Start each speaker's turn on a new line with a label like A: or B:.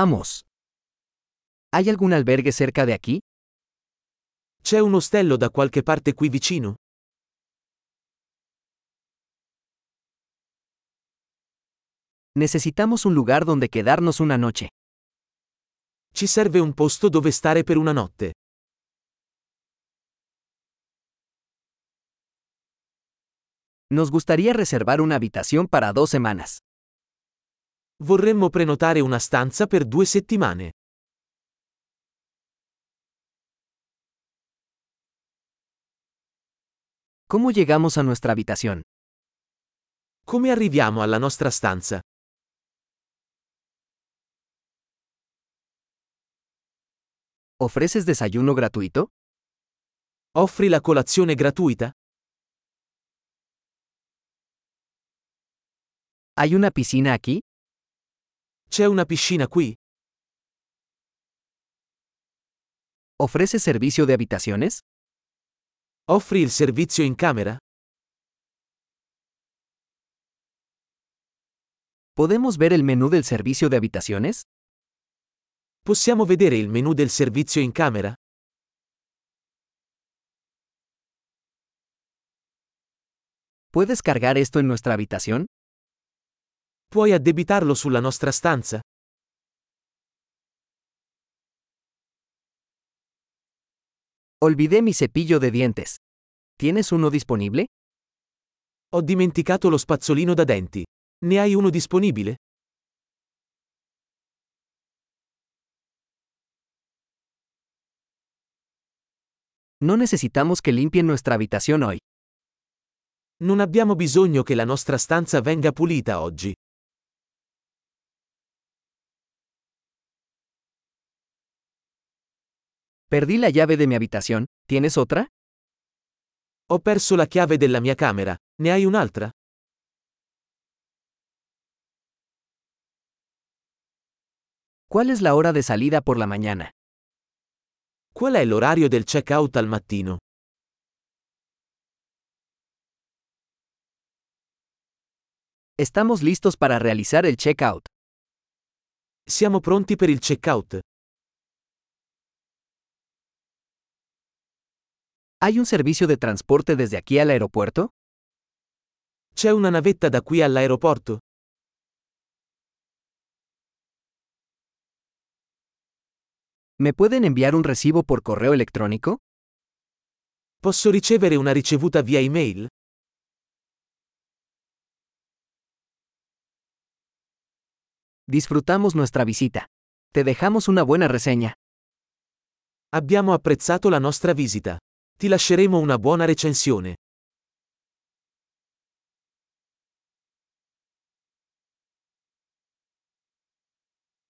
A: Vamos. ¿Hay algún albergue cerca de aquí?
B: C'è un ostello da qualche parte qui vicino?
A: Necesitamos un lugar donde quedarnos una noche.
B: Ci serve un posto dove stare per una notte.
A: Nos gustaría reservar una habitación para dos semanas.
B: Vorremmo prenotare una stanza per due settimane.
A: ¿Cómo llegamos a nuestra habitación?
B: Come arriviamo alla nostra stanza?
A: ¿Ofreces desayuno gratuito?
B: Offri la colazione gratuita?
A: ¿Hay una piscina aquí?
B: C'è una piscina qui?
A: ¿Ofreces servicio de habitaciones?
B: Offri il servizio in camera?
A: ¿Podemos ver el menú del servicio de habitaciones?
B: Possiamo vedere il menu del servizio in camera?
A: ¿Puedes cargar esto en nuestra habitación?
B: Puoi addebitarlo sulla nostra stanza?
A: Olvidé mi cepillo de dientes. ¿Tienes uno disponible?
B: Ho dimenticato lo spazzolino da denti. Ne hai uno disponibile?
A: No necesitamos que limpien nuestra habitación hoy.
B: Non abbiamo bisogno che la nostra stanza venga pulita oggi.
A: Perdí la llave de mi habitación. ¿Tienes otra?
B: Ho perso la chiave della mia camera. Ne hai un'altra?
A: ¿Cuál es la hora de salida por la mañana?
B: Qual è l'orario del check-out al mattino?
A: Estamos listos para realizar el checkout.
B: Siamo pronti per il check-out.
A: ¿Hay un servicio de transporte desde aquí al aeropuerto?
B: C'è una navetta da qui all'aeroporto?
A: ¿Me pueden enviar un recibo por correo electrónico?
B: Posso ricevere una ricevuta via email?
A: Disfrutamos nuestra visita. Te dejamos una buena reseña.
B: Abbiamo apprezzato la nostra visita. Ti lasceremo una buona recensione.